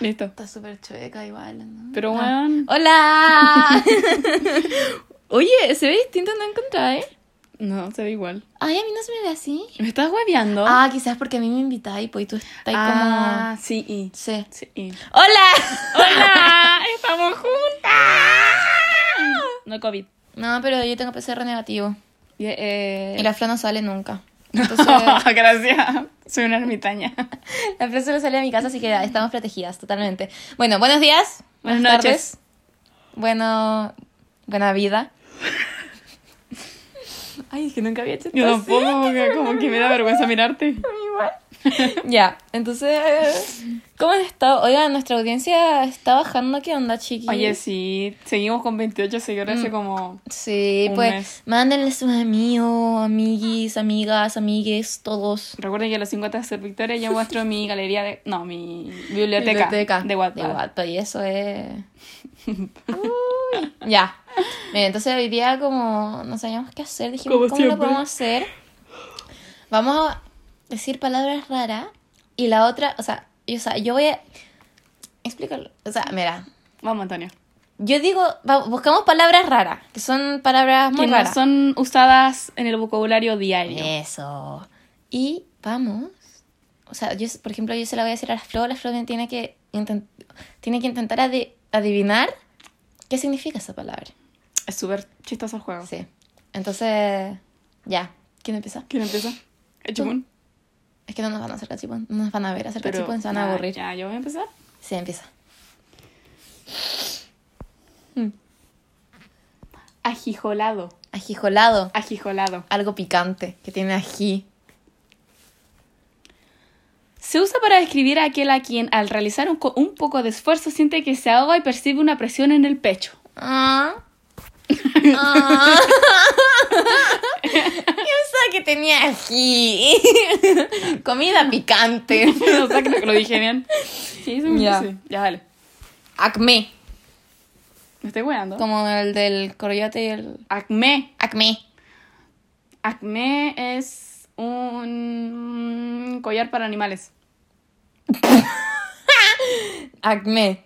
Listo. Está súper chueca igual, ¿no? Pero Ah. weón. ¡Hola! Oye, se ve distinto, ¿no ¿eh? encontráis? No, se ve igual. Ay, a mí no se me ve así. ¿Me estás hueveando? Ah, quizás porque a mí me invitáis, pues y tú estás Ah, sí. y- como... Sí. Sí. y- ¡Hola! ¡Hola! ¡Estamos juntas! No COVID. No, pero yo tengo PCR negativo. Y, eh, Y la Fran no sale nunca. Entonces, Gracias. Soy una ermitaña. la Fran solo sale de mi casa, así que estamos protegidas totalmente. Bueno, buenos días. Buenas noches. Bueno, buena vida. Ay, es que nunca había hecho Yo esto así. tampoco, como que, como que me da vergüenza mirarte. Ya, entonces, ¿cómo han estado? Oigan, nuestra audiencia está bajando. ¿Qué onda, chiquis? Oye, sí, Mm. seguimos con 28 seguidores hace como... Sí, Un pues mes. mándenle sus amigos, amiguis, amigas, amigues, todos. Recuerden que a los 50 ser victoria yo muestro mi galería de... No, mi biblioteca, de Wattpad. Wattpad, y eso es... Uy, ya. Mira, entonces hoy día como no sabíamos qué hacer, dijimos Como cómo lo siempre. podemos hacer. Vamos a decir palabras raras y la otra, o sea, yo, o sea, yo voy a... Explícalo. O sea, mira, Vamos, Antonio. Yo digo, va- buscamos palabras raras, que son palabras muy Que no raras. son usadas en el vocabulario diario. Eso. Y vamos. O sea, yo, por ejemplo, yo se la voy a decir a las flores, las flores tiene que, inten- tiene que intentar adi- adivinar qué significa esa palabra. Es súper chistoso el juego. Sí. Entonces, ya. ¿Quién empieza? ¿Quién empieza? El chupón. Es que no nos van a hacer cachipón, no nos van a ver hacer cachipón, se van a Ah, aburrir. Ya, yo voy a empezar. Sí, empieza. Ajijolado. Ajijolado, Ajijolado. algo picante que tiene ají. Se usa para describir a aquel a quien, al realizar un, co- un poco de esfuerzo, siente que se ahoga y percibe una presión en el pecho. Ah. Ah. Yo pensaba que tenía ají. Comida picante. o sea, creo que lo dije bien. Sí, eso me Ya. parece. Ya, dale. Acme. Me estoy weando. Como el del coyote y el. Acme. Acme. Acme es un collar para animales. Acme.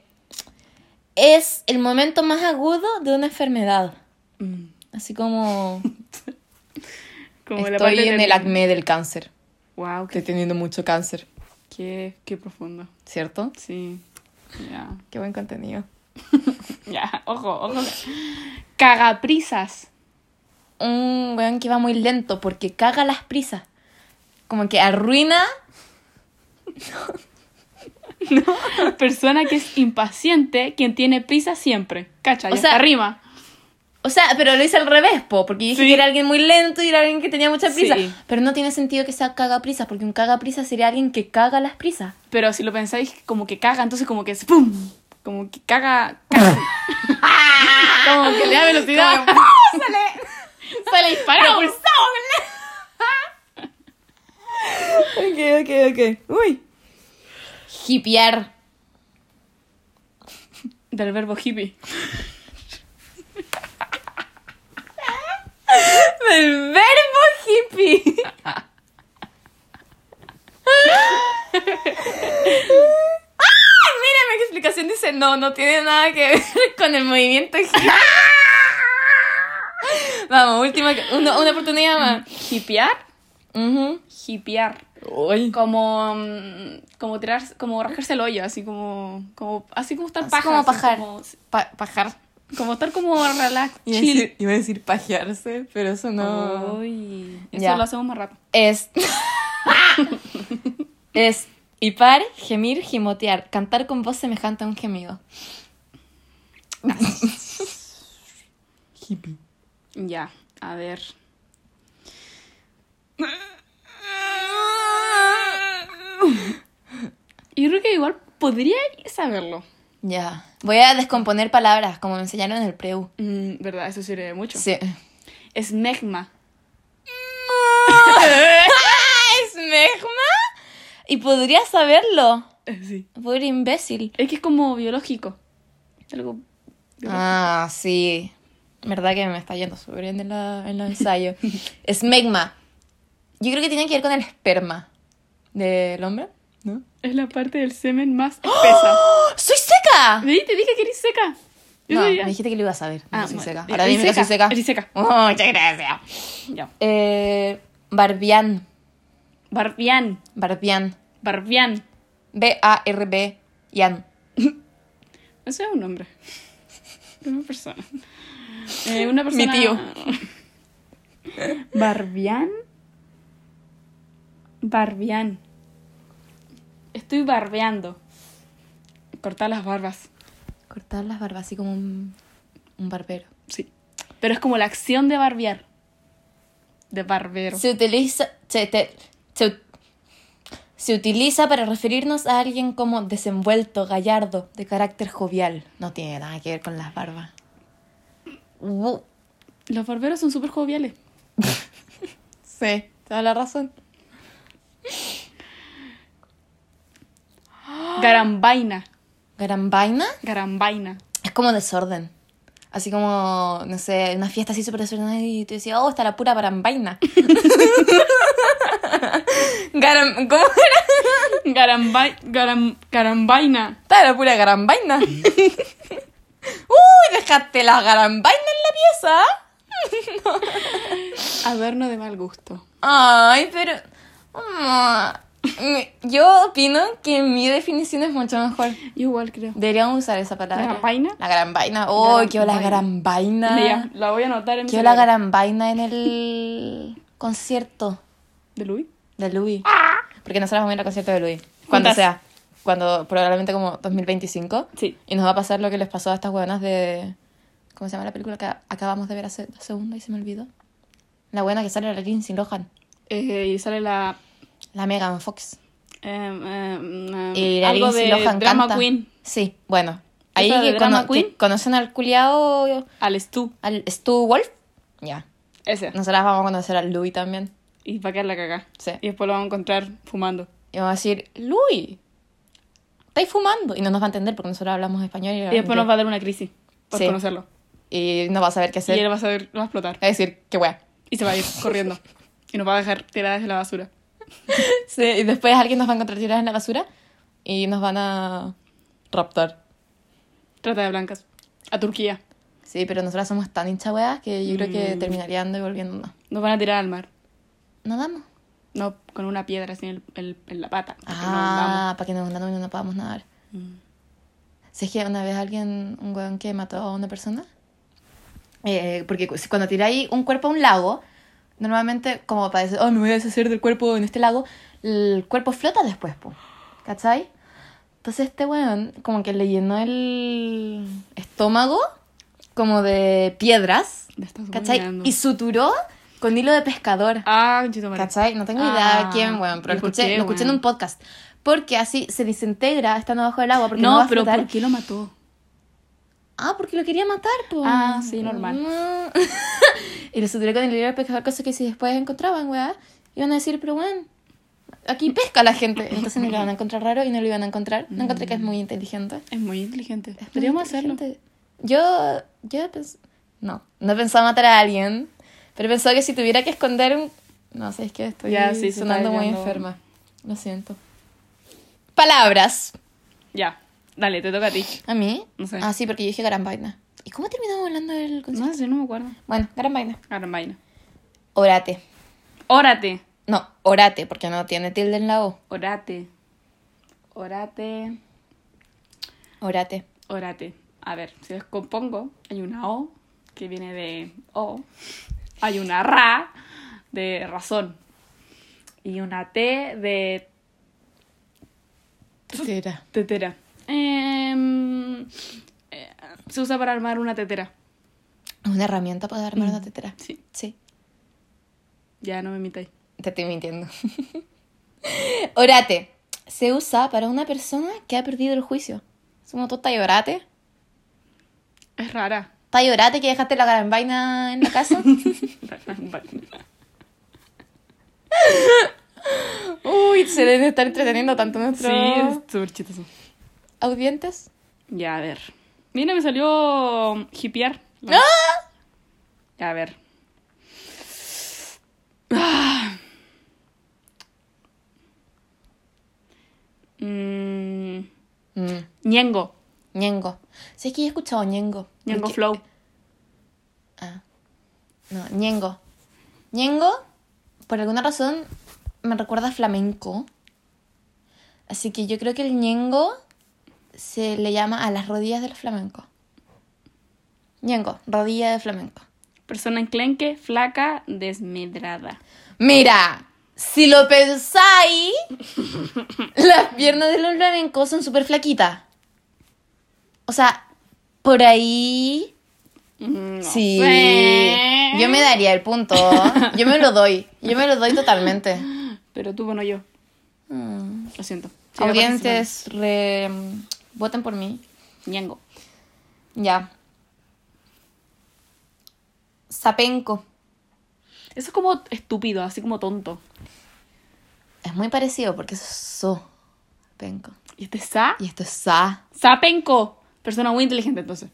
Es el momento más agudo de una enfermedad. Mm. Así como. Como la estoy parte en del- el acme del cáncer. Wow, qué, Estoy teniendo mucho cáncer, qué, qué profundo. ¿cierto? Sí. Ya. Qué buen contenido. Ya, ojo, ojo. Cagaprisas. un weón que va muy lento porque caga las prisas. Como que arruina. Persona que es impaciente, quien tiene prisa siempre. Cacha, O ya sea- está, rima. O sea, pero lo hice al revés, po, porque yo dije Sí. que era alguien muy lento y era alguien que tenía mucha prisa. Sí. Pero no tiene sentido que sea caga prisas, porque un caga prisas sería alguien que caga las prisas. Pero si lo pensáis, como que caga, entonces como que es ¡pum! Como que caga. caga. como que le da ¡Ah! velocidad. Sale disparado. Ok, ok, ok. Uy. Hipear. Del verbo hippie. El verbo hippie. ¡Ay, mira, mi explicación dice no, no tiene nada que ver con el movimiento hippie. Vamos, última, una, una oportunidad más. Hipear. Ujú. Hipear. Como. mm, Como tirar. Como rascarse el hoyo, así como. como así como estar Así paja. como así pajar. Como, Pa- pajar. como estar como relax, Iba a chill. decir- iba a decir pajearse, pero eso Uy, eso Ya. lo hacemos más rápido. Es. es hipar, gemir, gimotear. Cantar con voz semejante a un gemido. Hippie. Ya, a ver. Yo creo que igual podría saberlo. Ya. Voy a descomponer palabras, como me enseñaron en el preu. Mm, ¿Verdad? Eso sirve de mucho. Sí. Es megma. ¿Es megma? Y podría saberlo. Sí. Pobre imbécil. Es que es como biológico. Algo. Ah, sí. Verdad que me está yendo súper bien en, la, en los ensayos. Esmegma. Yo creo que tiene que ver con el esperma del hombre. ¿No? Es la parte del semen más espesa. ¡Oh! ¡Soy seca! ¿Ve? Te dije que eres seca. Yo No, sabía. me dijiste que lo ibas a ver. Ah, no soy bueno. seca. Eh, Ahora eres dime que soy seca, seca. eres seca. Oh, muchas gracias. Ya. Eh, Barbián. Barbián. Barbián. Barbián. B-A-R-B. Yan. Eso es un hombre. Una persona. Eh, una persona. tío. Barbián. Barbián. Estoy barbeando. Cortar las barbas. Cortar las barbas así como un, un barbero. Sí. Pero es como la acción de barbear. De barbero. Se utiliza. Se, te- se ut- se utiliza para referirnos a alguien como desenvuelto, gallardo, de carácter jovial. No tiene nada que ver con las barbas. Bu- Los barberos son súper joviales. Sí, toda la razón. Garambaina. Garambaina Garambaina. es como desorden. Así como, no sé, una fiesta así súper desordenada y te decía, oh, está la pura garambaina. Garam- ¿Cómo era? Garambai, garam, garambaina. Está la pura garambaina. Uy, dejaste la garambaina en la pieza. Adorno de mal gusto. Ay, pero. Ah, me- Yo opino que mi definición es mucho mejor. Yo igual creo. Deberíamos usar esa palabra. ¿La gran vaina? La gran vaina. Oh, gran qué la vaina. gran vaina. Ya, la voy a anotar en mi Qué la celular. gran vaina en el concierto ¿De Luis? de Louis. Porque nosotros vamos a ir al concierto de Louis. Cuando Ah. Juntas. sea. Cuando probablemente como 2025. Sí. Y nos va a pasar lo que les pasó a estas hueonas de. ¿Cómo se llama la película que acabamos de ver hace la segunda y se me olvidó? La buena que sale la Lindsay Lohan. Eh, y sale la... La Megan Fox. em, em, em, Y la algo Lindsay de Lohan Drama canta. Queen. Sí, bueno. Ahí ¿Esa de que, Drama cono- que Queen? conocen al culiao, Al Stu. al Stu Wolf. Ya. Ese. Nosotras vamos a conocer al Louis también. Y va a quedar la cagá. Mm. Sí. Y después lo vamos a encontrar fumando. Y vamos a decir, Louis, estáis fumando. Y no nos va a entender porque nosotros hablamos español. Y, Y después nos va a dar una crisis. Por Sí. conocerlo. y no va a saber qué hacer. Y él va a saber, va a explotar. Va a decir, qué wea. Y se va a ir corriendo. Y nos va a dejar tiradas en la basura. Sí, y después alguien nos va a encontrar tiradas en la basura y nos van a raptar. Trata de blancas. A Turquía. Sí, pero nosotras somos tan hincha weas que yo creo que Mm. terminarían devolviéndonos. Nos van a tirar al mar. No damos. No, con una piedra así en, el- en- en la pata. para que no Ah, para que nos hundamos y no podamos nadar. hundamos. Mm. Si es que una vez alguien, un weón que mató a una persona, eh, porque cu- si- cuando tiráis un cuerpo a un lago, normalmente como para decir, oh, me voy a deshacer del cuerpo en este lago, el cuerpo flota después, po, ¿cachai? Entonces este weón como que le llenó el estómago como de piedras, La estás ¿cachai? hueveando. Y suturó con hilo de pescador. Ah, conchito madre. ¿Cachai? No tengo idea Ah, quién, weón, pero ¿y lo por escuché, qué, lo escuché en weón? un podcast. Porque así se desintegra estando bajo el agua. Porque no, No, va a pero flotar. ¿por qué lo mató? Ah, porque lo quería matar, pues. Ah, sí, normal. y lo suturé con el libro de pescador, cosas que si después encontraban, weón, iban a decir, pero weón, aquí pesca la gente. Entonces no lo iban a encontrar raro y no lo iban a encontrar. No encontré que es muy inteligente. Es muy inteligente. Es muy Deberíamos Mm. hacerlo. inteligente. Yo, yo pens- no, no he pensado matar a alguien, pero he pensado que si tuviera que esconder un... No sé, es que estoy Ya, sí, se sonando está muy desviando. enferma. Lo siento. Palabras. Ya. Dale, te toca a ti. ¿A mí? No sé. Ah, sí, porque yo dije gran vaina. ¿Y cómo terminamos hablando del concierto? No sé, no me acuerdo. Bueno, gran vaina. Gran vaina. Orate. Órate. No, orate, porque no tiene tilde en la O. Orate. Orate. Orate. Orate. A ver, si los compongo, hay una O que viene de O. Hay una Ra de razón. Y una T de Tetera. tetera. Em, eh, se usa para armar una tetera. Una herramienta para armar Mm. una tetera. Sí. Sí, Ya no me imitáis. te estoy mintiendo. orate. Se usa para una persona que ha perdido el juicio. Es como tú estás orate. Es rara. Estás orate que dejaste la gran vaina en la casa. Uy, se deben estar entreteniendo tanto Sí, nuestros es súper chistoso. audientes. Ya, a ver. Mira, me salió hipear. ¡Ah! Ya, a ver. Ah. Mm, Ñengo. Ñengo. Sí, es que yo he escuchado Ñengo. Ñengo Porque- Flow. Ah. No, Ñengo. Ñengo, por alguna razón, me recuerda a flamenco. Así que yo creo que el Ñengo se le llama a las rodillas del flamenco. Ñengo, rodilla de flamenco. Persona enclenque, flaca, desmedrada. Mira, si lo pensáis, las piernas de los flamencos son súper flaquitas. O sea, por ahí. Mm, No Sí. sé. Yo me daría el punto. Yo me lo doy. Yo me lo doy totalmente. Pero tú, bueno, yo. Mm. Lo siento. Sigue Audientes, re- voten por mí. participando. Ñengo. Ya. Sapenco. Eso es como estúpido, así como tonto. Es muy parecido porque eso es so. Penco. Y este es sa. Y esto es sa. Sapenco. Persona muy inteligente, entonces.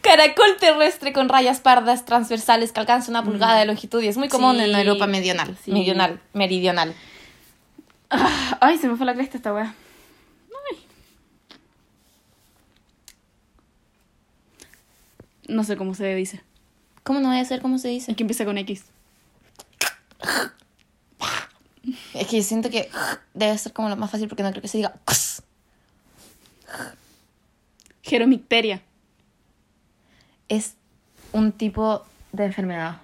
Caracol terrestre con rayas pardas transversales que alcanza una pulgada de longitud y es muy común Sí, en Europa medional. sí. Medional, meridional. Ay, se me fue la cresta esta weá. Ay. No sé cómo se dice. ¿Cómo no voy a ser cómo se Es dice? que empieza con X. Es que siento que debe ser como lo más fácil porque no creo que se diga. Geromicteria. Es un tipo de enfermedad.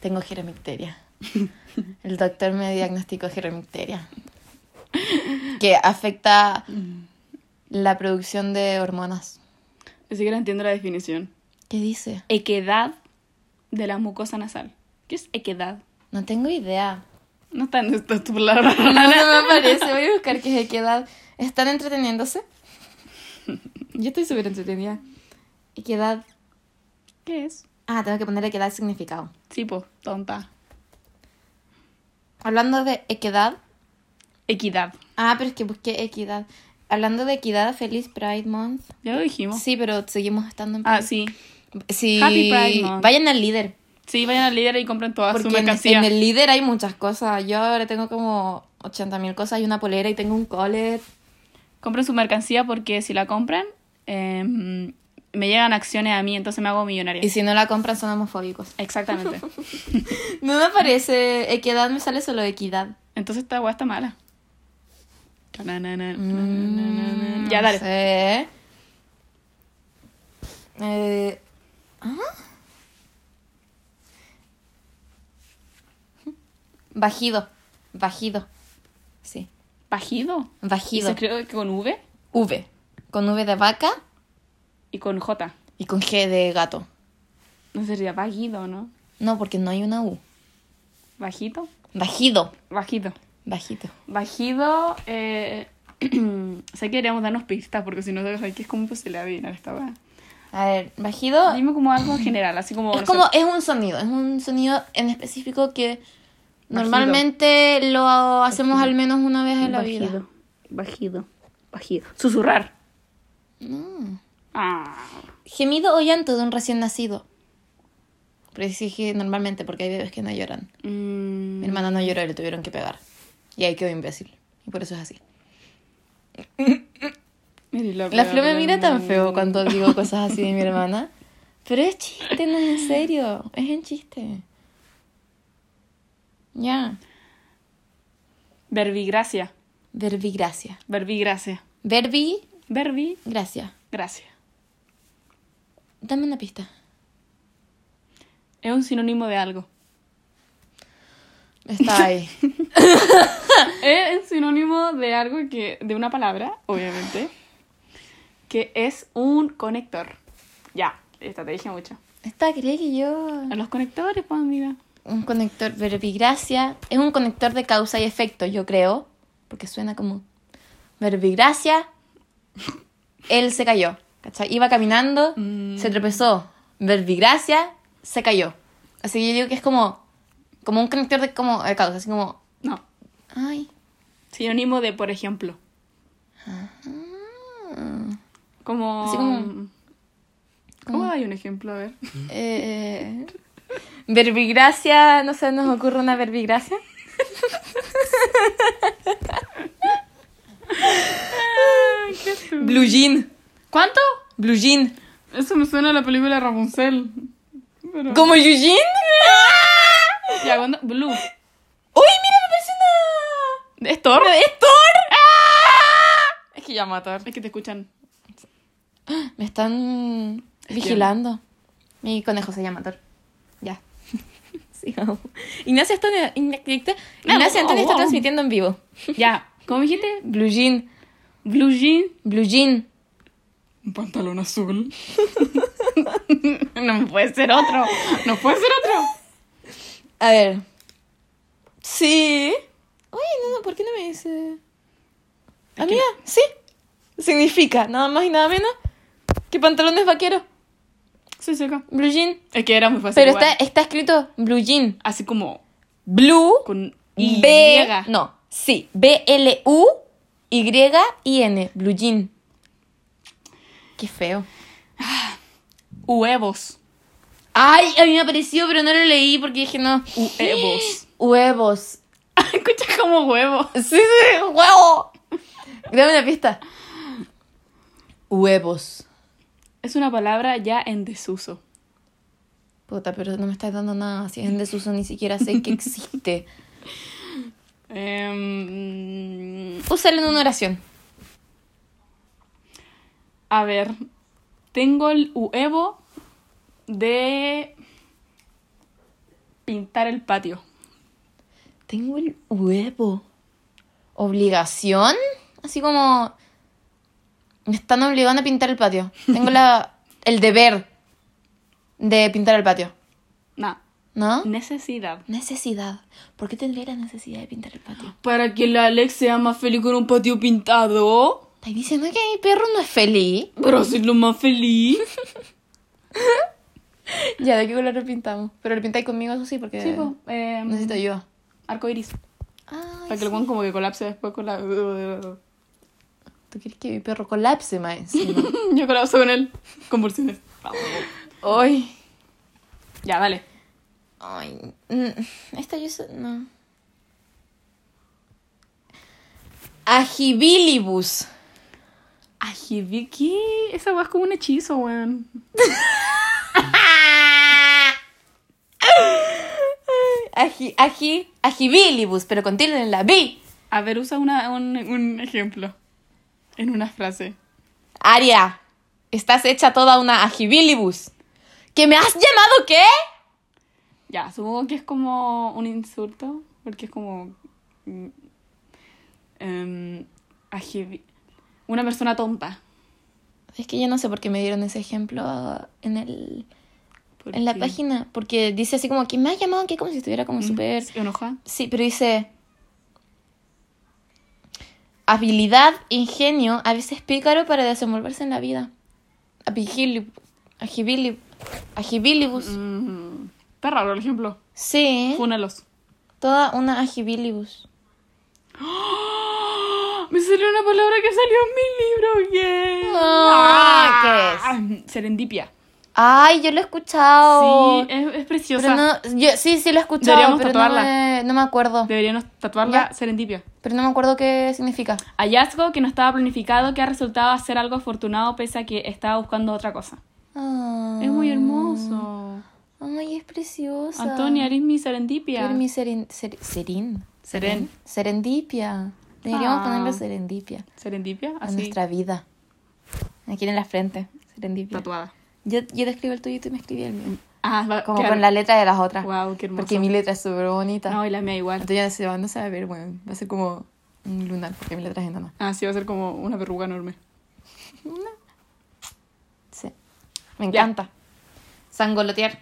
Tengo geromicteria. El doctor me diagnosticó geromicteria. Que afecta la producción de hormonas. Ni siquiera entiendo la definición. ¿Qué dice? Equedad de la mucosa nasal. ¿Qué es equedad? No tengo idea. No está en esto, es tu palabra. No, no me parece. Voy a buscar qué es de qué edad. ¿Están entreteniéndose? Yo estoy súper entretenida. ¿Y qué edad? ¿Qué es? Ah, tengo que ponerle equedad significado. Sí, po, tonta. Hablando de equidad. Equidad. Ah, pero es que busqué equidad. Hablando de equidad, feliz Pride Month. Ya lo dijimos. Sí, pero seguimos estando en Ah, Pride. sí. Sí, Happy Pride Month. Vayan al líder. Sí, vayan al líder y compren toda su Porque en, mercancía. en el líder hay muchas cosas. Yo ahora tengo como 80.000 cosas. Hay una polera y tengo un collar. Compren su mercancía porque si la compran, em, me llegan acciones a mí, entonces me hago millonaria. Y si no la compran, son homofóbicos. Exactamente. No me parece. Equidad me sale solo equidad. entonces esta weá está mala. Tananana, Mm, tananana. Ya, dale. No sé. Eh, ¿ah? Bajido. Bajido. Sí. Bajido. Y Bajido. se creo que con V V. Con V de vaca y con J. y con G de gato. No sería bajido, ¿no? No, porque no hay una U. Bajito. Bajido. Bajito. Bajito. Bajido. Eh... sé que deberíamos darnos pistas porque si no, ¿sabes qué es como imposible adivinar esta weá? A ver, bajido. Dime como algo general, así como. Es no sé, como, es un sonido, es un sonido en específico que normalmente lo hacemos al menos una vez en la vida. Bajido, bajido, bajido. Susurrar. No. Ah. Gemido o llanto de un recién nacido. Pero sí que normalmente, porque hay bebés que no lloran. Mm, Mi hermana no lloró y le tuvieron que pegar. Y ahí quedó imbécil. Y por eso es así. La Flo me mm, mira tan feo cuando digo cosas así de mi hermana. Pero es chiste, no es en serio. Es en chiste. Ya. Verbigracia. Verbigracia. Verbigracia. Verbigracia. Verbigracia. Dame una pista. Es un sinónimo de algo. Está ahí. Es un sinónimo de algo que. de una palabra, obviamente. Que es un conector. Ya, esta te dije mucho. Esta cree que yo. A los conectores, pues, amiga. un conector verbigracia es un conector de causa y efecto, yo creo, porque suena como verbigracia. Él se cayó, ¿cachai? Iba caminando, Mm. se tropezó, verbigracia, se cayó. Así que yo digo que es como como un conector de como de causa, así como No. ay. Sinónimo de, por ejemplo. ah, Como. Así como- ¿Cómo hay un ejemplo? A ver. eh, verbigracia, no sé, nos ocurre una verbigracia. Blue Jean. ¿Cuánto? Blue Jean. Eso me suena a la película Rapunzel. Pero... ¡Ah! ¿Como Eugene? Ya, cuando... Blue. ¡Uy, mira, me parece una... ¿Es Thor? ¡Es Thor! Es que llama a Thor. Es que te escuchan. Me están vigilando. Mi conejo se llama Thor. Ya. Sigamos. Ignacia Antonia, Ignacia Ignacia Antonia está transmitiendo en vivo. Ya. ¿Cómo dijiste? Blue Jean. Blue jean. Blue Jean. Un pantalón azul. no puede ser otro. No puede ser otro. A ver. Sí. Uy, no, no, ¿por qué no me dice? Amiga, sí. Significa, nada más y nada menos, que pantalones vaqueros. Sí, sí, acá. Blue jean. Es que era muy fácil. Pero igual. está, está escrito blue jean. Así como Blue. con Y. B. No, sí. B-L-U-Y-I-N. Blue jean. Qué feo. Huevos. Ay, a mí me apareció, pero no lo leí porque dije no. Huevos. Huevos. Escucha como huevo. Sí, sí, huevo. Dame una pista. Huevos. Es una palabra ya en desuso. Puta, pero no me estás dando nada. Si es en desuso, ni siquiera sé que existe. Em, Úsalo en una oración. a ver. Tengo el huevo de pintar el patio. Tengo el huevo. ¿Obligación? Así como. Me están obligando a pintar el patio. Tengo la, el deber de pintar el patio. Nah. ¿No? Necesidad. Necesidad. ¿Por qué tendría la necesidad de pintar el patio? Para que la Alex sea más feliz con un patio pintado. ¿Estás diciendo que mi perro no es feliz? Pero soy lo más feliz. Ya, ¿de qué color lo pintamos? Pero lo pintáis conmigo, eso sí, porque Sí, po, eh, necesito yo. Arco iris. Ay, Para que el guan como que colapse después con la. Yo ¿Tú quieres que mi perro colapse más encima? colapso con él. Convulsiones. Vamos. Ay. Ya, dale. Ay. mm, Esta yo... so- No. Agibilibus. Ajibiki. Esa weá es como un hechizo, weón. Aji, aji, agibilibus, pero con tilde en la B. A ver, usa una, un, un ejemplo. En una frase. Aria, estás hecha toda una agibilibus. ¿Que me has llamado qué? Ya, supongo que es como un insulto. Porque es como. mm, em, ajibi- Una persona tonta. Es que yo no sé por qué me dieron ese ejemplo en el en la porque- página, porque dice así como que me has llamado que como si estuviera Mm. como súper... ¿Se enoja? Sí, pero dice... Habilidad, ingenio, a veces pícaro para desenvolverse en la vida. Agibili- agibili- Agibilibus. Mm, está raro el ejemplo. Sí, Fúnalos. toda una agibilibus. ¡Ah! Me salió una palabra que salió en mi libro. ¡Bien! Ah, ¿Qué es? Serendipia. Ay, yo lo he escuchado. Sí, es, es preciosa. Oh. pero no, yo, sí, sí lo he escuchado, Deberíamos pero no tatuarla. me, no me acuerdo. Deberíamos tatuarla Ya. serendipia. Pero no me acuerdo qué significa. Hallazgo que no estaba planificado que ha resultado ser algo afortunado pese a que estaba buscando otra cosa. Es muy Mm. hermoso. Ah. Ay, es preciosa. Antonia, eres mi Tú serendipia. eres mi serin, ser- serin- Seren. serendipia. Deberíamos Ah. ponerle serendipia ¿Serendipia? a Así. nuestra vida. Aquí en la frente. Serendipia. Tatuada. Yo, yo te escribo el tuyo y tú me escribí el mío. Ah, va- Como claro. con la letra de las otras. Guau, qué hermoso. Porque mi letra es súper bonita. No, y la mía igual. Entonces ya se va, no se va a ver, bueno, va a ser como un lunar, porque mi letra es enana. Ah, sí, va a ser como una verruga enorme. Sí. Me encanta. Sangolotear.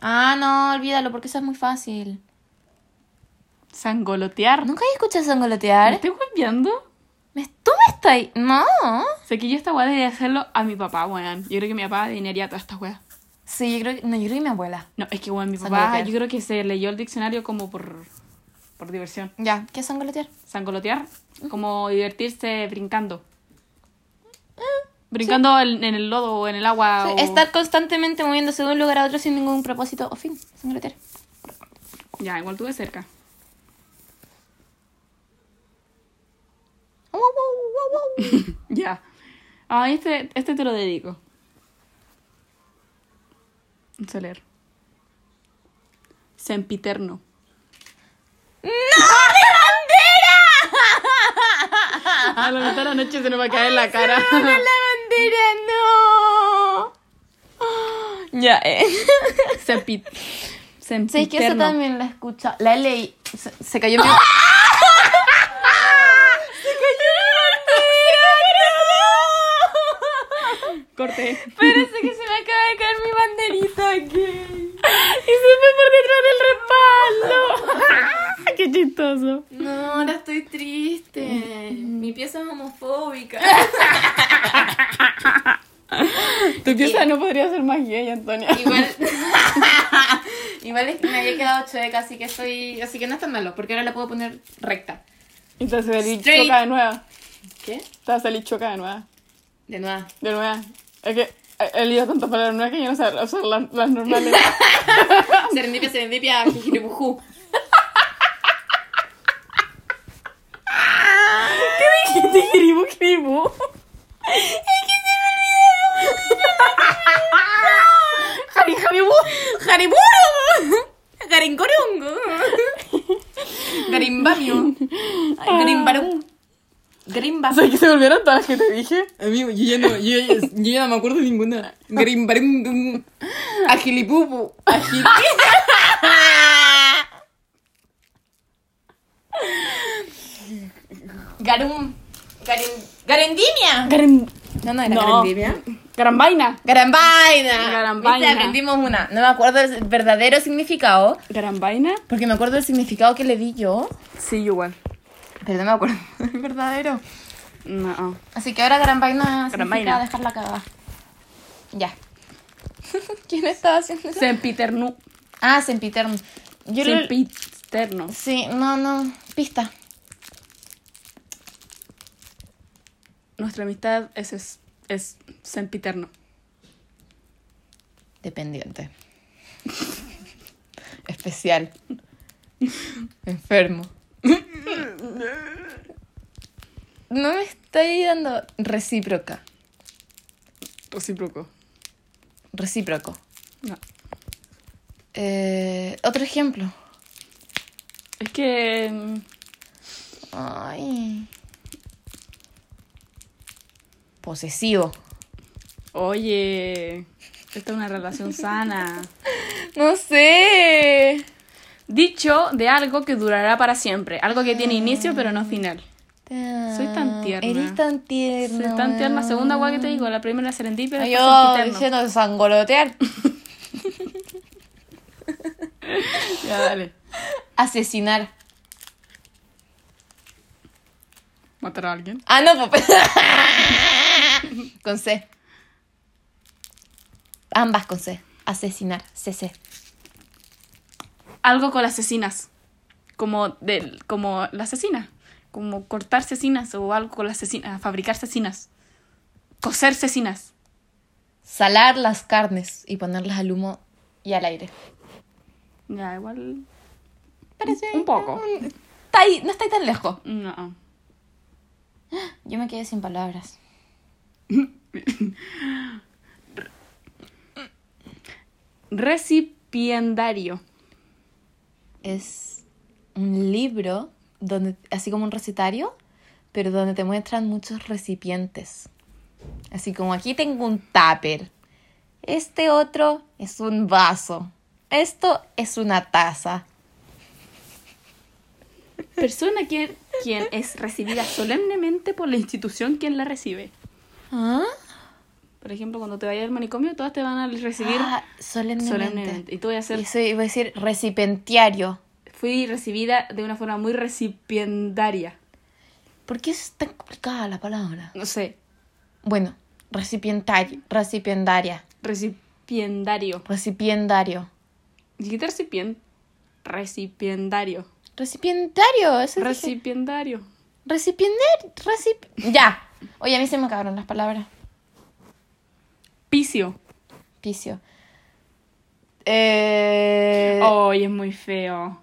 Ah, no, olvídalo, porque eso es muy fácil. Sangolotear. ¿Nunca he escuchado ¿Me sangolotear? estoy golpeando? ¿Me, ¿Tú me estás...? ahí? No. Sé que yo esta weá debería hacerlo a mi papá, weón. Yo creo que mi papá adivinaría todas estas weas. Sí, yo creo que... No, yo creo que mi abuela. No, es que weón, mi papá, Sangolotear. yo creo que se leyó el diccionario como por, por diversión. Ya, ¿qué es sangolotear? Sangolotear, como divertirse brincando. Brincando en, en el lodo o en el agua. Eh, Sí, o- estar constantemente moviéndose de un lugar a otro sin ningún propósito o fin. Sangolotear. Ya, igual tuve cerca. Wow, wow, wow, wow. Ya. Ah, este, este te lo dedico. Soler. Sempiterno. ¡No! ¡Mi bandera! A lo mejor anoche se nos va a caer la cara. bandera, no! Ya, eh. Sempit. ¿Sabes que esa Sempiterno. también la he escuchado? La he leído. Se, se cayó mi. ¡Se cayó mi bandera! Corte. ¡No! Parece que se me acaba de caer mi banderita aquí. Y se fue por detrás del respaldo. Qué chistoso. No, ahora estoy triste. Mi pieza es homofóbica. Tu pieza no podría ser más gay, Antonia. Igual. Igual es que me había quedado chueca, así que estoy. Así que no es tan malo, porque ahora la puedo poner recta. Y te va a salir Straight. choca de nuevo. ¿Qué? Te va a salir choca de nuevo. De nuevo. De nuevo. Es que eh, he leído tantas palabras nuevas que yo no sé usar las, las normales. Serendipia, serendipia, jijiribujú. ¿Qué dijiste, Gribu, Gribu? Jari, jaribu, jariburu. Garincorongo. Garimbamio. Ah. Garimbarón. Garimba. ¿Sabes que se volvieron todas las que te dije? Amigo, yo ya no, yo, ya- yo ya no me acuerdo de ninguna. Garimbarundum. Agilipupu. Agil... Garum. Garin, garendimia. Garam... No, no, Ah, era No. garendimia. Garambaina. Garambaina. Garambaina. Viste, aprendimos una. No me acuerdo el verdadero significado. ¿Garambaina? Porque me acuerdo del significado que le di yo. Sí, igual. Pero no me acuerdo el verdadero. No. Así que ahora gran vaina Gran significa vaina. dejarla cagada. Ya. ¿Quién estaba haciendo eso? Sempiternu. Ah, sempiterno. Yo lo- Sempiterno. Sí, no, no. Pista. Nuestra amistad es, es, es sempiterno. Dependiente. Especial. Enfermo. No me estoy dando recíproca. Recíproco. Recíproco. No. Eh, Otro ejemplo. Es que. mm, Ay. Posesivo. Oye. Esta es una relación sana. No sé. Dicho de algo que durará para siempre. Algo que tiene inicio pero no final. Soy tan tierna. Eres tan tierna. Es tan tierna. Segunda guay que te digo. La primera serendipia. después Yo sempiterno. diciendo sangolotear. Ya, dale. Asesinar. ¿Matar a alguien? Ah, no, pues. con C. Ambas con C. Asesinar. CC. Algo con las asesinas. Como, del, como la asesina. Como cortar cecinas o algo con las asesinas. Fabricar cecinas. Coser cecinas. Salar las carnes y ponerlas al humo y al aire. Ya, igual. Parece Un poco. un- Está ahí, no estáis tan lejos. No. Yo me quedé sin palabras. Recipiendario. Es un libro donde, así como un recetario, pero donde te muestran muchos recipientes. Así como aquí tengo un tupper. Este otro es un vaso. Esto es una taza. Persona quien, quien es recibida solemnemente por la institución quien la recibe. ¿Ah? Por ejemplo, cuando te vayas al manicomio, todas te van a recibir Ah, solemnemente. solemnemente. Y tú voy a ser. Y soy- voy a decir recipientiario. Fui recibida de una forma muy recipiendaria. ¿Por qué es tan complicada la palabra? No sé. Bueno, recipientario, recipiendaria, Recipiendario. recipiendario. Dijiste recipien. Recipiendario. Recipientario, eso dije. Recipiendario. Recipiender, recip... Ya. Oye, a mí se me acabaron las palabras. Picio. Picio. Oh, Eh... Ay, es muy feo.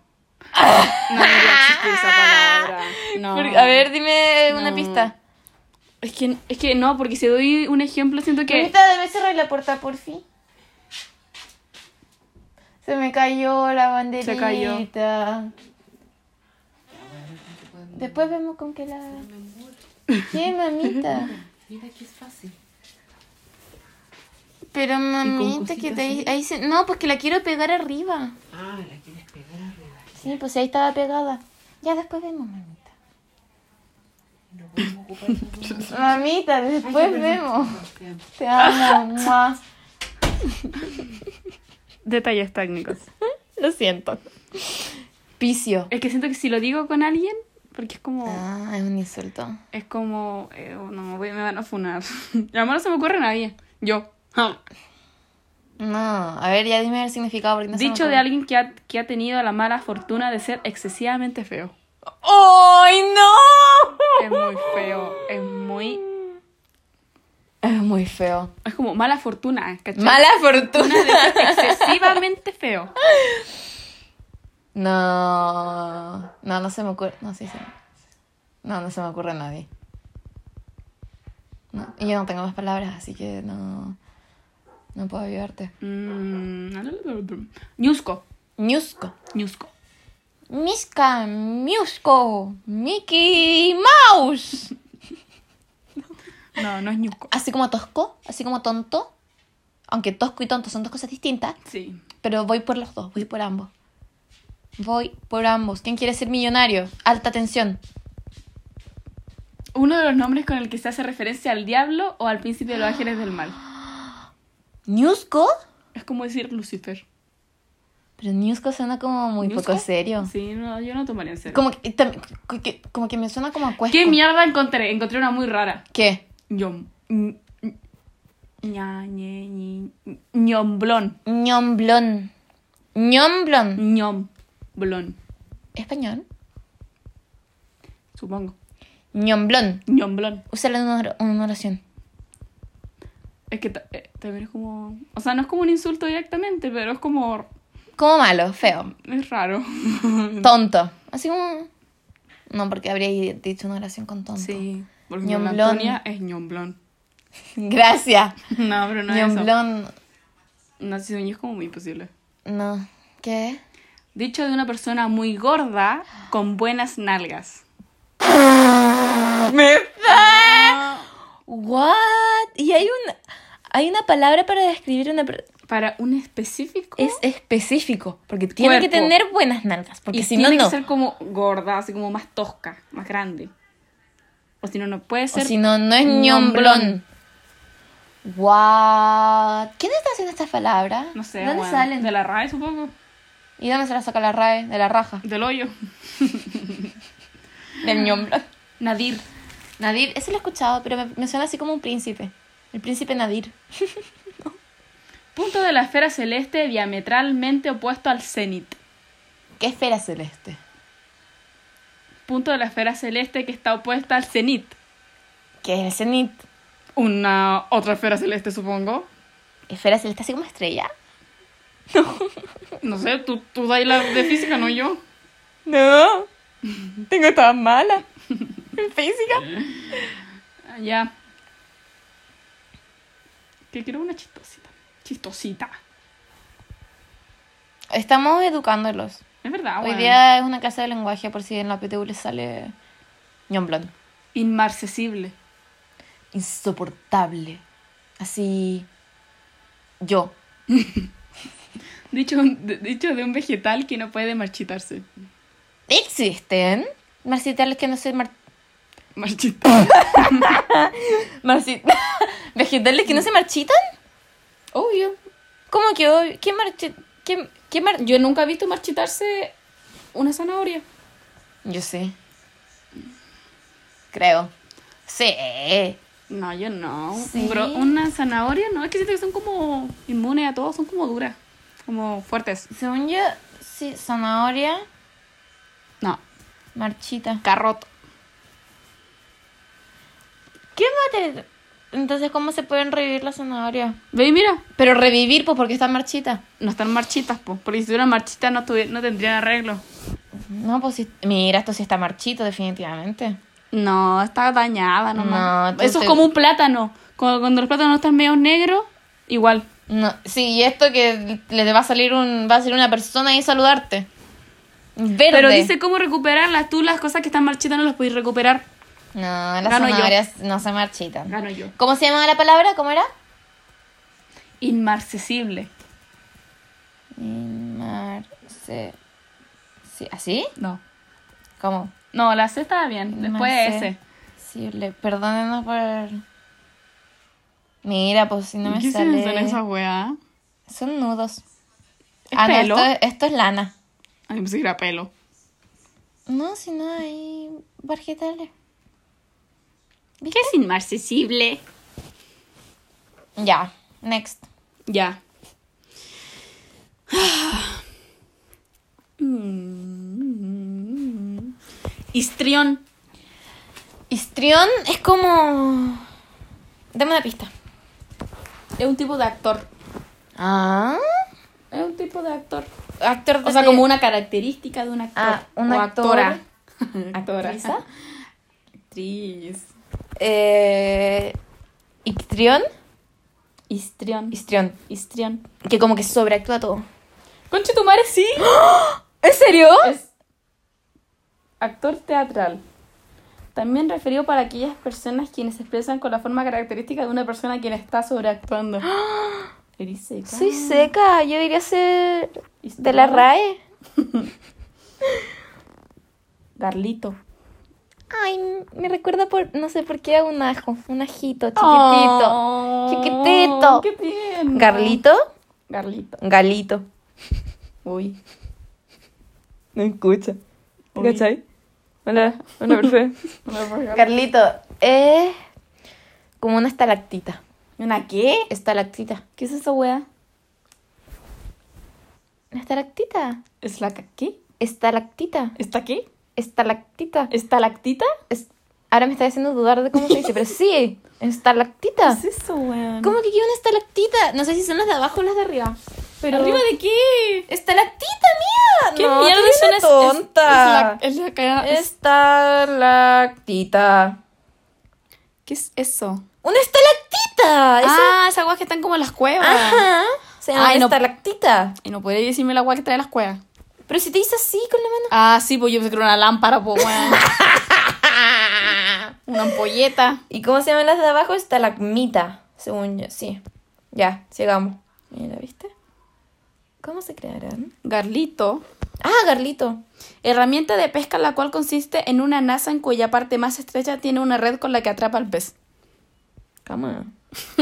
No debería existir esa palabra. No. por- A ver, dime una No. pista. Es que, es que no, porque si doy un ejemplo, siento que. Mamita, dame cerrar la puerta por fin. Se me cayó la banderita. Se cayó. Después vemos con qué la... ¿Qué, mamita? Mira que es fácil. Pero mamita, cositas que te- ahí, ahí se... No, pues que la quiero pegar arriba. Ah, la quieres pegar arriba. Sí, pues ahí estaba pegada. Ya después vemos, mamita. No podemos ocupar esa duda. Mamita, después vemos. Te amo. Te amo, mua. Detalles técnicos. Lo siento. Picio. Es que siento que si lo digo con alguien, porque es como. Ah, es un insulto. Es como. eh, no, voy- me van a funar. Y además no se me ocurre a nadie. Yo. Ah, Ja. No, a ver, ya dime el significado porque no se me Dicho de ocurre. alguien que ha, que ha tenido la mala fortuna de ser excesivamente feo. ¡Ay, no! Es muy feo. Es muy. Es muy feo. Es como mala fortuna, ¿cachai? Mala fortuna. Una de ser excesivamente feo. No, no, no se me ocurre. No, sí, sí. No, no se me ocurre a nadie. No, y yo no tengo más palabras, así que no. No puedo ayudarte. Mm. Ñusco. Ñusco. Ñusco. Miska, Miusco, Mickey Mouse. No, no es ñusco. Así como tosco, así como tonto. Aunque tosco y tonto son dos cosas distintas, Sí. pero voy por los dos, voy por ambos. Voy por ambos. ¿Quién quiere ser millonario? Alta tensión. Uno de los nombres con el que se hace referencia al diablo o al príncipe de los ángeles del mal. ¿Ñusco? Es como decir Lucifer. Pero Ñusco suena como muy ¿Ñusco? poco serio. Sí, no, yo no tomaría en serio. Como que, tam- como que- como que me suena como a cuesco. ¿Qué mierda encontré? Encontré una muy rara. ¿Qué? Ñom. Mm, Ñ- Ñ- Ña, Ñe, Ñi, Ñ- Ñomblón. Ñomblón. Ñomblón. Ñomblón. ¿Español? Supongo. Ñomblón. Ñomblón. Úsalo en una, or- en una oración. Es que ta- eh, también es como. O sea, no es como un insulto directamente, pero es como. Como malo, feo. Es raro. Tonto. Así como. No, porque habría dicho una oración con tonto. Sí. Por ejemplo, la Ñomblón. Antonia es ñomblón. Gracias. No, pero no es eso. Ñomblón. No, si sueño es como muy imposible. No. ¿Qué? Dicho de una persona muy gorda con buenas nalgas. ¡Me Ah. ¿What? Y hay una. Hay una palabra para describir una. per- Para un específico. Es específico. Porque tiene que Cuerpo. tener buenas nalgas. Porque y si no, tiene no. que ser como gorda, así como más tosca, más grande. O si no, no puede O ser. si no, no es ñomblón. What? ¿Quién está haciendo estas palabras? No sé. ¿De ¿Dónde bueno, salen? De la RAE, supongo. ¿Y dónde se la saca la RAE? De la raja. Del hoyo. Del ñomblón. Nadir. Nadir, ese lo he escuchado, pero me, me suena así como un príncipe. El príncipe Nadir. Punto de la esfera celeste diametralmente opuesto al cenit. ¿Qué este? esfera celeste? Punto de la esfera celeste que está opuesta al cenit. ¿Qué es el cenit? Una otra esfera celeste, supongo. ¿Esfera celeste así como estrella? No sé, tú, tú dais la de física, no yo. No. Tengo todas malas. En física. Ah, Ya. Que quiero una chistosita. Chistosita. Estamos educándolos. Es verdad, Hoy weón. día es una clase de lenguaje por si en la PTU les sale ñomblón. Inmarcesible. Insoportable. Así. Yo. Dicho, de, dicho de un vegetal que no puede marchitarse. ¿Existen? Marcitales que no se mar- Marchitar. Marci- ¿Vegetales que no se marchitan? Obvio. ¿Cómo que hoy? ¿Qué marchi... ¿Qué, qué mar... Yo nunca he visto marchitarse una zanahoria. Yo sé. Creo. Sí. No, yo no. Un Sí. gro- una zanahoria no. Es que siento que son como inmunes a todo. Son como duras. Como fuertes. Según yo, sí, zanahoria, No. marchita. Carrot. ¿Qué material? Entonces, ¿cómo se pueden revivir las zanahorias? Ve, y mira. Pero revivir, pues porque están marchitas. No están marchitas, po. Porque si estuvieran marchitas no, tuvi- no tendrían arreglo. No, pues sí- mira, esto sí está marchito, definitivamente. No, está dañada nomás. No, tú Eso te- es como un plátano. Cuando, cuando los plátanos están medio negros, igual. No, sí, y esto que le va a salir un va a salir una persona ahí a saludarte. Verde. Pero dice cómo recuperarlas. Tú las cosas que están marchitas no las puedes recuperar. No, las Gano yo. zanahorias no se marchitan. Gano yo. ¿Cómo se llamaba la palabra? ¿Cómo era? Inmarcesible. Inmarce... Sí, ¿Así? No. ¿Cómo? No, la C estaba bien. Después Inmarce- ese. Sí, le- perdónenos por... Mira, pues si no me ¿Qué sale... se en esa weá? Son nudos. ¿Es ah, no, pelo? esto, es- esto es lana. A mí me pensé que era pelo. No, si no hay vegetales. ¿Qué es inmarcesible? Ya, next. Ya. Mm. Histrión. Histrión es como... Dame una pista. Es un tipo de actor. Ah. Es un tipo de actor. Actor de... O sea, como una característica de un actor. Ah, un o actor. actora. actora. ¿Actriza? Actriz. Eh... Histrión. Histrión. Histrión. Histrión. Que como que sobreactúa todo. Conche tu madre, sí. ¡Ah! ¿En serio? Es actor teatral. También referido para aquellas personas quienes se expresan con la forma característica de una persona quien está sobreactuando. Eres seca. ¡Ah! Soy seca. Yo diría ser... De Histrión. la RAE. Carlito. Ay, me recuerda por... No sé por qué a un ajo. Un ajito chiquitito. Oh, Chiquitito. qué tierno. Garlito. Garlito. Galito. Uy. No escucha. ¿Te Uy. cachai? Hola, hola, profe. Carlito, es como una estalactita. ¿Una qué? Estalactita. ¿Qué es esa wea? ¿Una estalactita? ¿Es la ca- qué? Estalactita. ¿Está qué? Estalactita. ¿Estalactita? Es- Ahora me está haciendo dudar de cómo se dice, pero sí, estalactita. ¿Qué es eso, wea? ¿Cómo que quiero una estalactita? No sé si son las de abajo o las de arriba. Pero... ¿Arriba de qué? ¡Estalactita, mía! ¿Qué no, mierda tú eres son es- es- tonta? Es, la, es la ca- es- Estalactita. ¿Qué es eso? ¡Una estalactita! Eso- Ah, esas weas que están como en las cuevas. Ajá. Se llama Ah. Ay, no. estalactita. Y no podéis decirme la wea que trae las cuevas. Pero si te hice así con la mano. Ah, sí, pues yo pensé que era una lámpara, pues weón. una ampolleta. ¿Y cómo se llaman las de abajo? Estalagmita, según yo, sí. Ya, llegamos. Mira, ¿viste? ¿Cómo se crearán? Garlito. Ah, Garlito. Herramienta de pesca la cual consiste en una NASA en cuya parte más estrecha tiene una red con la que atrapa al pez. Cama.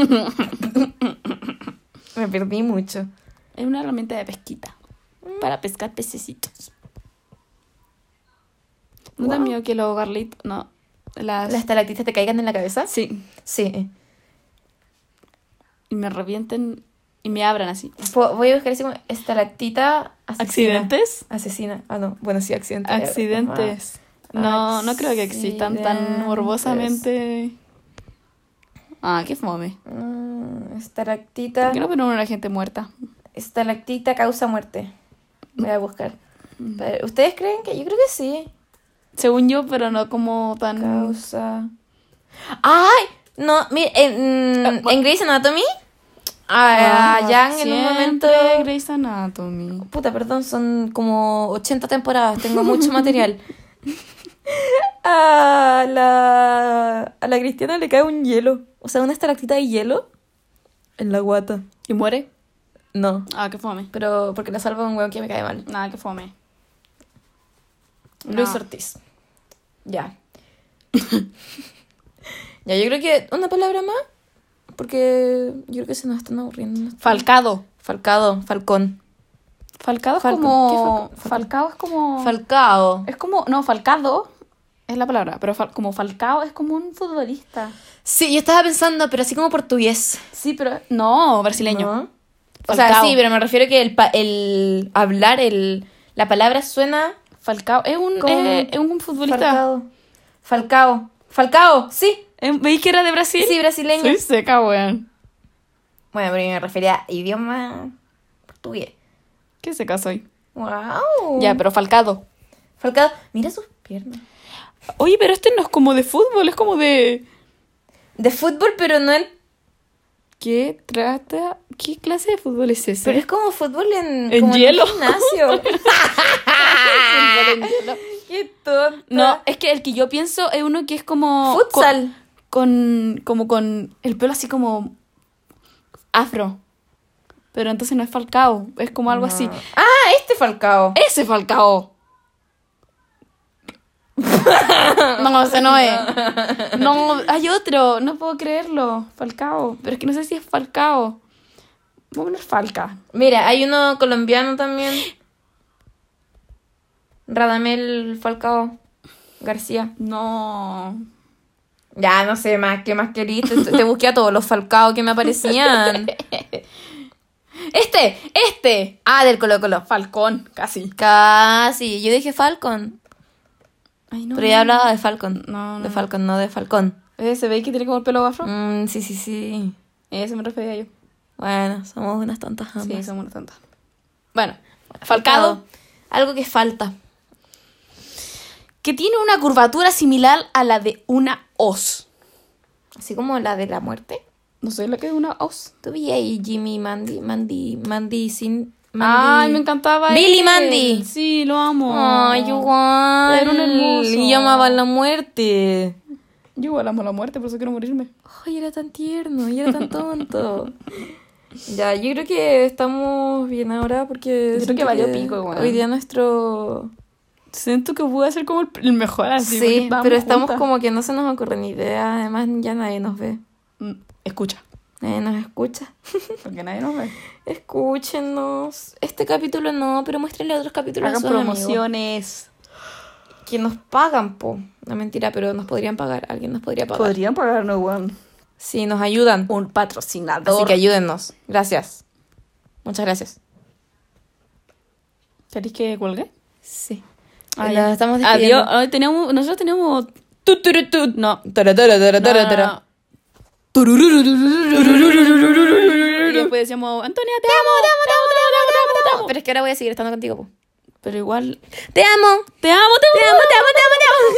Me perdí mucho. Es una herramienta de pesquita para pescar pececitos. ¿No te da Guau. miedo que los garlitos... No, las... ¿Las estalactitas te caigan en la cabeza? Sí, Sí. y me revienten y me abran así. Fo- Voy a buscar así como estalactita asesina. ¿Accidentes? Asesina. Ah, no. Bueno, sí, accidente. Accidentes. No, no creo que existan tan Accidentes. morbosamente... Ah, qué fome. Ah, mm, estalactita. ¿Por qué no ponen una gente muerta? Estalactita causa muerte. Voy a buscar. Mm. Pero, ¿Ustedes creen que? Yo creo que sí. Según yo, pero no como tan... Causa. ¡Ay! No, mire, en, Ah, en bu- Grey's Anatomy, Ah, a, a Yang en un siempre momento. Grey's Anatomy. Puta, perdón, son como 80 temporadas, tengo mucho material. A la, a la cristiana le cae un hielo, o sea, una estalactita de hielo en la guata. ¿Y muere? No, Ah, qué fome. pero porque la salva un hueón que me cae mal. Nada, qué fome. Luis No. Ortiz. Ya. ya, yo creo que una palabra más, porque yo creo que se nos están aburriendo. nuestro- Falcado. Falcado, Falcón. Falcado es Falcon. como... ¿Qué falco- Falcado es como... Falcao. es como... No, falcado es la palabra, pero fal- como falcado es como un futbolista. Sí, yo estaba pensando, pero así como portugués. Sí, pero... No, brasileño. ¿no? O sea, Falcao. sí, pero me refiero que el, pa- el hablar, el la palabra suena. Falcado es un, Con- es, es un futbolista. Falcao. Falcao. Falcao, sí. Eh, ¿Veis que era de Brasil? Sí, brasileño. Soy seca, weón. Bueno, pero yo me refería a idioma portugués. Qué seca soy. ¡Wow! Uh. Ya, pero falcado. Falcao, mira sus piernas. Oye, pero este no es como de fútbol, es como de... De fútbol, pero no en... ¿Qué trata? ¿Qué clase de fútbol es ese? Pero es como fútbol en... En como hielo. En un gimnasio. Fútbol en hielo. Qué tonta. No, es que el que yo pienso es uno que es como... Futsal. Con, con- como con el pelo así como afro. Pero entonces no es Falcao, es como algo así. Ah, este Falcao. ¡Ese Falcao! No, ese no es. No, hay otro, no puedo creerlo. Falcao. Pero es que no sé si es Falcao. Vamos a poner Falca. Mira, hay uno colombiano también. Radamel Falcao García. No. Ya, no sé más, ¿qué más querís? Te, te busqué a todos los Falcao que me aparecían. Este, este. Ah, del Colo Colo. Falcón, casi. Casi, yo dije Falcon, Ay, no. pero ya hablaba de Falcon. No, no, de no. Falcon, no de Falcón. Eh, ¿Se ve que tiene como el pelo afro? Mm, sí, sí, sí. Eh, Eso me refería yo. Bueno, somos unas tontas ambas. Sí, somos unas tontas. Bueno, Falcado. Algo que falta. Que tiene una curvatura similar a la de una hoz. Así como la de la muerte. No sé lo que es una hoz. Tú vi ahí Jimmy, Mandy, Mandy, Mandy sin. Mandy. Ay, me encantaba. Billy él. Mandy. Sí, lo amo. Ay, igual. Era un hermoso. Y yo amaba la muerte. Yo igual amo la muerte, por eso quiero morirme. Ay, era tan tierno y era tan tonto. ya, yo creo que estamos bien ahora porque. Yo creo siento que valió pico, weón. Hoy día nuestro. Siento que pude ser como el, el mejor así. Sí, Ah, porque estábamos pero estamos juntas. como que no se nos ocurre ni idea. Además, ya nadie nos ve. Mm, Escucha, Nadie nos escucha. porque nadie nos ve. Escúchenos. Este capítulo no, pero muéstrenle otros capítulos a Hagan sus amigos. promociones. Que nos pagan, po. No mentira, pero nos podrían pagar. Alguien nos podría pagar. Podrían pagarnos weón, Sí, nos ayudan. un patrocinador. Así que ayúdennos. Gracias. Muchas gracias. ¿Queréis que cuelgue? Sí. Ah, Nos ya. estamos despidiendo. Adiós. Ay, teníamos, nosotros teníamos. Tu, tu, tu, tu. No. Tara, tara, tara, No, tara, no, tara. no. Y después decíamos, Antonia, te amo, te amo, te amo, te amo, te amo, te amo. Pero es que ahora voy a seguir estando contigo, po. Pero igual, Te amo. te amo, te amo. Te amo, te amo, te amo, te amo.